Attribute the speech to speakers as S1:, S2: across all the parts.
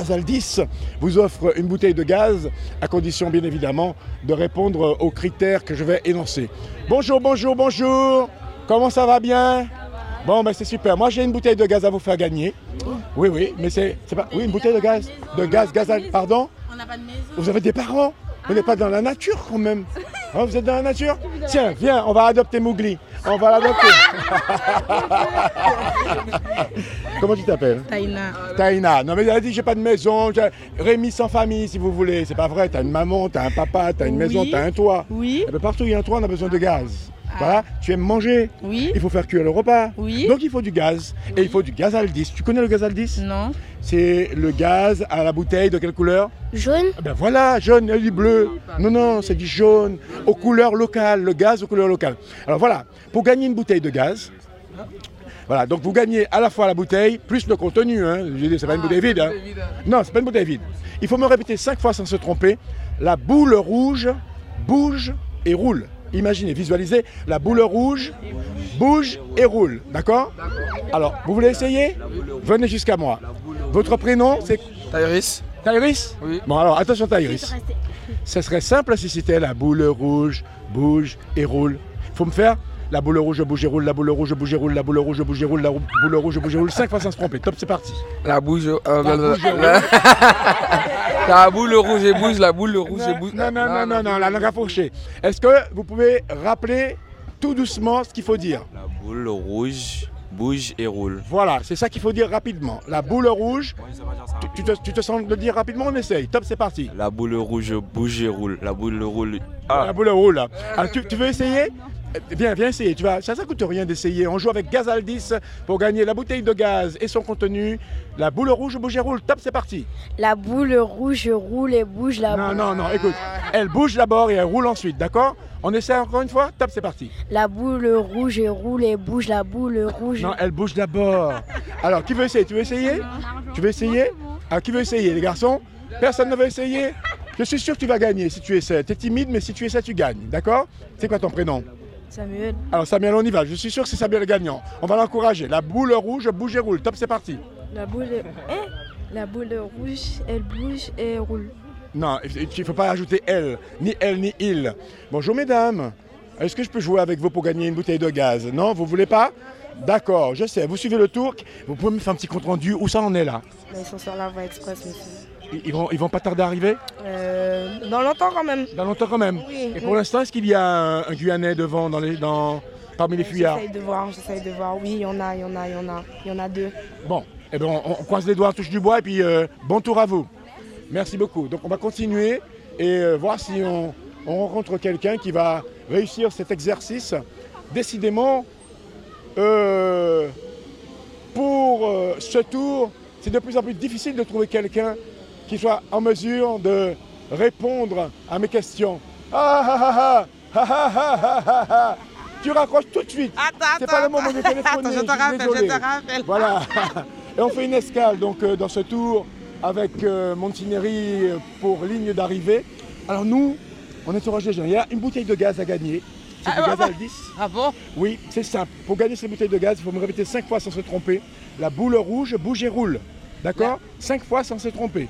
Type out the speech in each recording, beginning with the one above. S1: Gazaldis vous offre une bouteille de gaz, à condition bien évidemment de répondre aux critères que je vais énoncer. Bonjour, bonjour, bonjour. Comment ça va bien Bon, ben c'est super. Moi, j'ai une bouteille de gaz à vous faire gagner. Oui, oui, mais c'est c'est pas. Oui, une bouteille de gaz. De gaz, gaz, pardon
S2: On n'a pas de maison.
S1: Vous avez des parents Vous n'êtes pas dans la nature quand même Hein, Vous êtes dans la nature Tiens, viens, on va adopter Mougli. On va l'adopter. Comment tu t'appelles
S2: Taïna.
S1: Taïna. Non mais elle a dit j'ai pas de maison. j'ai- Rémi sans famille si vous voulez. C'est pas vrai. T'as une maman, t'as un papa, t'as une
S2: Oui.
S1: maison, t'as un toit.
S2: Oui. Ah.
S1: Eh ben, partout où il y a un toit, on a besoin de gaz. Voilà. Tu aimes manger.
S2: Oui.
S1: Il faut faire cuire le repas.
S2: Oui.
S1: Donc il faut du gaz. Et il faut du gaz aldis. Tu connais le gaz aldis
S2: Non.
S1: C'est le gaz à la bouteille de quelle couleur
S3: Jaune,
S1: Ah Ben voilà, jaune, elle dit bleu. Non, non, c'est du jaune, aux couleurs locales, le gaz aux couleurs locales. Alors voilà, pour gagner une bouteille de gaz, voilà, donc vous gagnez à la fois la bouteille plus le contenu. Hein. Je veux dire, c'est pas une bouteille vide. hein. Non, c'est pas une bouteille vide. Il faut me répéter cinq fois sans se tromper. La boule rouge bouge et roule. Imaginez, visualisez, la boule rouge bouge et roule. D'accord Alors, vous voulez essayer Venez jusqu'à moi. Votre prénom, c'est
S4: Tyrese
S1: Tyrus
S4: Oui.
S1: Bon alors attention Tyrus. Ce serait simple si c'était la boule rouge bouge et roule. Faut me faire la boule rouge bouge et roule, la boule rouge bouge et roule, la boule rouge bouge et roule, la rou- boule rouge bouge et roule. Cinq fois sans se tromper. Top, c'est parti.
S4: La bouge. euh, la,
S1: bouge et
S4: la- la boule rouge et bouge, la boule rouge et bouge.
S1: Non, non, non, non, non, la langue affourchée. Est-ce que vous pouvez rappeler tout doucement ce qu'il faut dire
S5: La boule rouge bouge et roule.
S1: Voilà, c'est ça qu'il faut dire rapidement. La boule rouge. Tu, tu te, tu te sens le dire rapidement On essaye. Top, c'est parti.
S5: La boule rouge bouge et roule. La boule rouge. ah,
S1: La boule roule. Alors, Ah, tu, tu veux essayer Eh, Viens, viens essayer. Tu vas, ça ne coûte rien d'essayer. On joue avec Gazaldis pour gagner la bouteille de gaz et son contenu. La boule rouge bouge et roule. Top, c'est parti.
S3: la boule rouge roule et bouge la
S1: non,
S3: boule.
S1: non, non, écoute. Elle bouge d'abord et elle roule ensuite, d'accord On essaie encore une fois Top, c'est parti.
S3: La boule rouge roule et bouge la boule rouge.
S1: Non, elle bouge d'abord. Alors, qui veut essayer Tu veux essayer Tu veux essayer Alors, qui veut essayer, les garçons Personne ne veut essayer Je suis sûr que tu vas gagner si tu essaies. Tu es timide, mais si tu essaies, tu gagnes, d'accord C'est quoi ton prénom
S3: Samuel,
S1: Alors Samuel, on y va. Je suis sûr que c'est Samuel le gagnant. On va l'encourager. La boule rouge bouge et roule. Top, c'est parti.
S3: la boule Eh, la boule rouge, elle bouge et roule.
S1: Non, il ne faut pas ajouter elle, ni elle, ni il. Bonjour mesdames. Est-ce que je peux jouer avec vous pour gagner une bouteille de gaz Non, vous voulez pas D'accord, je sais. Vous suivez le tour. Vous pouvez me faire un petit compte rendu. Où ça en est là
S6: Mais ils sont sur la voie express, monsieur.
S1: Ils- ils vont, ils vont pas tarder à arriver
S6: Euh, dans longtemps, quand même.
S1: Dans longtemps quand même.
S6: Oui.
S1: Et pour l'instant, est-ce qu'il y a un, un Guyanais devant, dans les, dans, parmi les fuyards
S6: Euh, J'essaye de voir, j'essaye de voir. Oui, il y en a, il y en a, il y en a. Il y en a deux.
S1: Bon, eh ben, on, on croise les doigts, on touche du bois et puis euh, bon tour à vous. Merci beaucoup. Donc on va continuer et euh, voir si on, on rencontre quelqu'un qui va réussir cet exercice. Décidément, euh, pour euh, ce tour, c'est de plus en plus difficile de trouver quelqu'un qui soit en mesure de répondre à mes questions. Ah ah ah ah ah ah ah ah ah. Tu raccroches tout de suite.
S2: Attends,
S1: C'est
S2: attends.
S1: pas le moment de téléphoner.
S2: Attends, je te
S1: suis
S2: rappelle,
S1: désolé.
S2: je te rappelle.
S1: Voilà. Et on fait une escale donc euh, dans ce tour avec euh, Montineri euh, pour ligne d'arrivée. Alors nous, on interroge les gens. Il y a une bouteille de gaz à gagner. C'est du
S2: Ah,
S1: gaz
S2: bah,
S1: à 10.
S2: Ah bon
S1: Oui, c'est simple. Pour gagner ces bouteilles de gaz, il faut me répéter 5 fois sans se tromper. La boule rouge bouge et roule. D'accord 5 fois sans se tromper.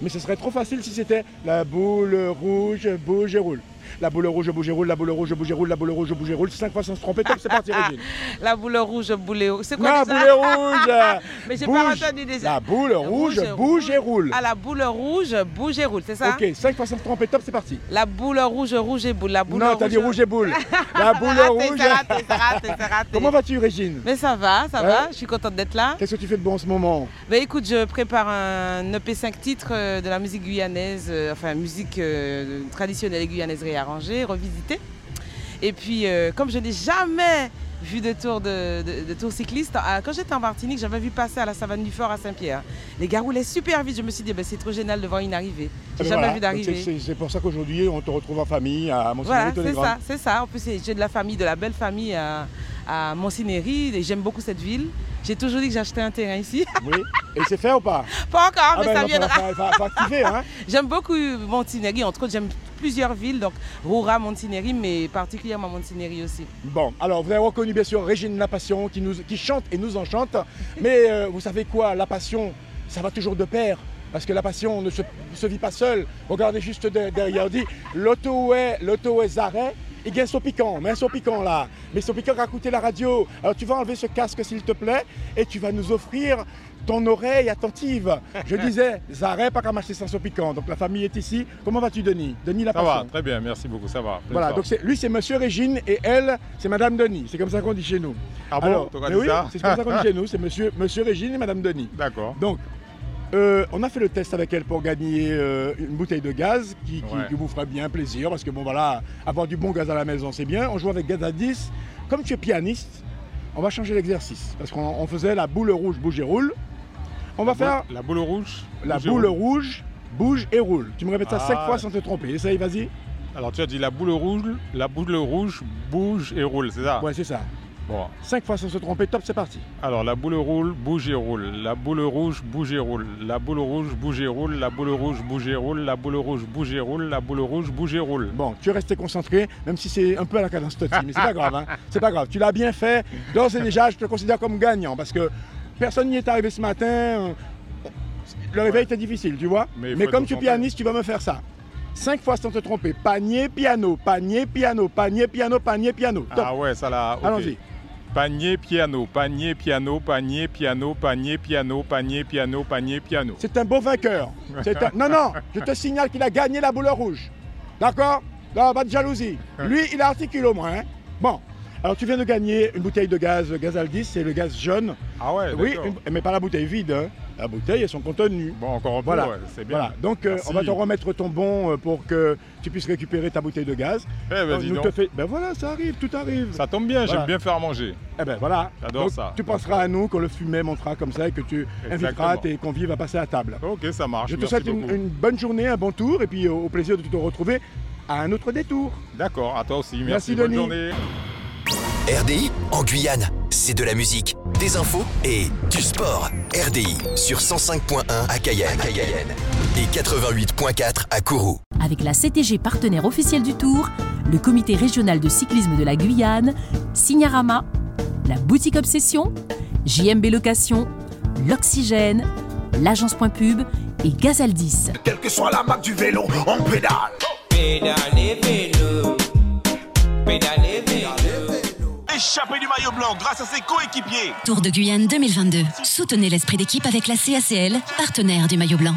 S1: Mais ce serait trop facile si c'était la boule rouge bouge et roule. La boule rouge bouge et roule, la boule rouge bouge et roule, la boule rouge bouge et roule. 5 fois sans se tromper. Top, c'est parti, Régine.
S2: La boule rouge, boulet rouge. C'est quoi
S1: La
S2: ça
S1: boule rouge
S2: Mais j'ai pas
S1: bouge.
S2: entendu déjà.
S1: La boule rouge bouge et roule.
S2: Ah, la boule rouge, bouge et roule, c'est ça
S1: Ok, 5 fois sans se tromper. Top, c'est parti.
S2: La boule rouge, rouge et boule. La boule
S1: Non,
S2: rouge.
S1: t'as dit rouge et boule. La
S2: C'est
S1: boule
S2: raté,
S1: rouge.
S2: c'est raté, c'est raté, c'est raté.
S1: Comment Hein vas-tu, Régine
S2: Mais ça va, ça
S1: Ouais.
S2: va, je suis contente d'être là.
S1: Qu'est-ce que tu fais de bon en ce moment
S2: Bah écoute, je prépare un EP5 titres euh, de la musique guyanaise, euh, enfin musique euh, traditionnelle guyanaise réarrangée, revisitée. Et puis, euh, comme je n'ai jamais vu de tour, de, de- de tour cycliste, euh, quand j'étais en Martinique, j'avais vu passer à la savane du Fort à Saint-Pierre. Les gars roulaient super vite, je me suis dit, bah, c'est trop génial devant une arrivée.
S1: Eh
S2: J'ai
S1: ben
S2: jamais
S1: voilà.
S2: vu
S1: Donc
S2: d'arrivée.
S1: c'est- C'est c'est pour ça qu'aujourd'hui, on te retrouve en famille à
S2: Voilà,
S1: Montigny
S2: c'est
S1: Télégramme.
S2: ça, c'est ça. En plus, j'ai de la famille, de la belle famille à, à Montsinéry, et j'aime beaucoup cette ville. J'ai toujours dit que j'achetais un terrain ici.
S1: Oui. Et c'est fait ou pas
S2: Pas encore, Ah, mais
S1: ben,
S2: ça
S1: il va
S2: viendra.
S1: falloir- Il va falloir activer, hein
S2: J'aime beaucoup Montineri, entre autres j'aime plusieurs villes, donc Roura, Montineri, mais particulièrement Montineri aussi.
S1: Bon, alors vous avez reconnu bien sûr Régine La Passion qui, nous, qui chante et nous enchante. Mais euh, vous savez quoi, La Passion, ça va toujours de pair Parce que la passion ne se, se vit pas seule. Regardez juste de- derrière, on dit l'auto est, l'auto est arrêt. Il gagne son piquant, mais son piquant là. Mais son piquant a coûté la radio. Alors tu vas enlever ce casque s'il te plaît et tu vas nous offrir ton oreille attentive. Je disais, Zaré, pas Kamaché sans son piquant. Donc la famille est ici. Comment vas-tu, Denis Denis, la
S7: Ça va,
S1: passion.
S7: très bien, merci beaucoup, ça va. Pleine
S1: Voilà,
S7: forme.
S1: donc c'est- lui c'est Monsieur Régine et elle c'est Madame Denis. C'est comme ça qu'on dit chez nous.
S7: ah bon,
S1: Alors,
S7: t'aurais
S1: mais
S7: dit
S1: oui,
S7: ça
S1: c'est comme ça qu'on dit chez nous, c'est Monsieur, Monsieur Régine et Madame Denis.
S7: D'accord.
S1: Donc, euh, on a fait le test avec elle pour gagner euh, une bouteille de gaz qui, qui-
S7: Ouais.
S1: qui vous fera bien plaisir parce que bon voilà, avoir du bon gaz à la maison c'est bien. On joue avec gaz à 10. Comme tu es pianiste, on va changer l'exercice parce qu'on on faisait la boule rouge bouge et roule. On va
S7: La boule-
S1: faire
S7: La boule rouge
S1: la
S7: bouge et
S1: boule
S7: roule.
S1: rouge bouge et roule. Tu me répètes ça
S7: Ah,
S1: 5 fois sans te tromper. Essaye, vas-y.
S7: Alors tu as dit la boule rouge, la boule rouge bouge et roule, c'est ça
S1: Ouais, c'est ça.
S7: Bon.
S1: 5 fois sans se tromper. Top, c'est parti.
S7: Alors la boule roule, bouge et roule. La boule rouge, bouge et roule. La boule rouge, bouge et roule. La boule rouge, bouge et roule. La boule rouge, bouge et roule. La boule rouge, bouge et roule.
S1: Bon, tu es resté concentré, même si c'est un peu à la cadence Totti, mais c'est pas grave, hein. c'est pas grave. Tu l'as bien fait. D'ores et déjà, je te considère comme gagnant parce que personne n'y est arrivé ce matin. euh, Le réveil était difficile, tu vois.
S7: Mais
S1: Mais,
S7: il faut être
S1: comme tu es
S7: concentré.
S1: pianiste, tu vas me faire ça. Cinq fois sans te tromper. Panier, piano, panier, piano, panier, piano, panier, piano. Top.
S7: Ah ouais, ça là. ok.
S1: Allons-y.
S7: Panier piano, panier piano, panier piano, panier piano, panier piano, panier piano.
S1: C'est un beau vainqueur. C'est un- Non, non, je te signale qu'il a gagné la boule rouge. D'accord Non, pas de jalousie. Lui, il articule au moins. hein. Bon, alors tu viens de gagner une bouteille de gaz, euh, gaz Aldis, c'est le gaz jaune.
S7: Ah ouais.
S1: oui,
S7: d'accord.
S1: une- mais pas la bouteille vide. hein. La bouteille et son contenu.
S7: Bon, encore un peu.
S1: Voilà.
S7: ouais, c'est bien.
S1: Voilà, donc euh, on va
S7: Merci.
S1: te remettre ton bon euh, pour que tu puisses récupérer ta bouteille de gaz.
S7: Eh ben,
S1: Donc,
S7: dis
S1: nous
S7: donc.
S1: te fait- Ben voilà, ça arrive, tout arrive.
S7: Ça tombe bien,
S1: Voilà.
S7: j'aime bien faire à manger.
S1: Eh ben voilà.
S7: J'adore
S1: Donc,
S7: ça.
S1: Tu penseras à nous quand le fumet montera comme ça et que tu inviteras
S7: Exactement.
S1: tes convives à passer à table.
S7: Ok, ça marche.
S1: Je te
S7: merci
S1: souhaite une,
S7: beaucoup.
S1: une bonne journée, un bon tour et puis euh, au, au plaisir de te retrouver à un autre détour.
S7: D'accord, à toi aussi.
S1: Merci,
S7: Merci, bonne
S1: Denis.
S7: journée.
S8: RDI en Guyane, c'est de la musique, des infos et du sport. RDI sur 105.1 à Cayenne, à Cayenne et 88.4 à Kourou.
S9: Avec la CTG partenaire officielle du Tour, le comité régional de cyclisme de la Guyane, Signarama, la boutique Obsession, JMB Location, l'Oxygène, l'agence Point Pub et Gazaldis.
S8: Quelle que soit la marque du vélo, on pédale.
S10: Échappé du maillot blanc grâce à ses coéquipiers.
S9: Tour de Guyane 2022. Soutenez l'esprit d'équipe avec la CACL, partenaire du maillot blanc.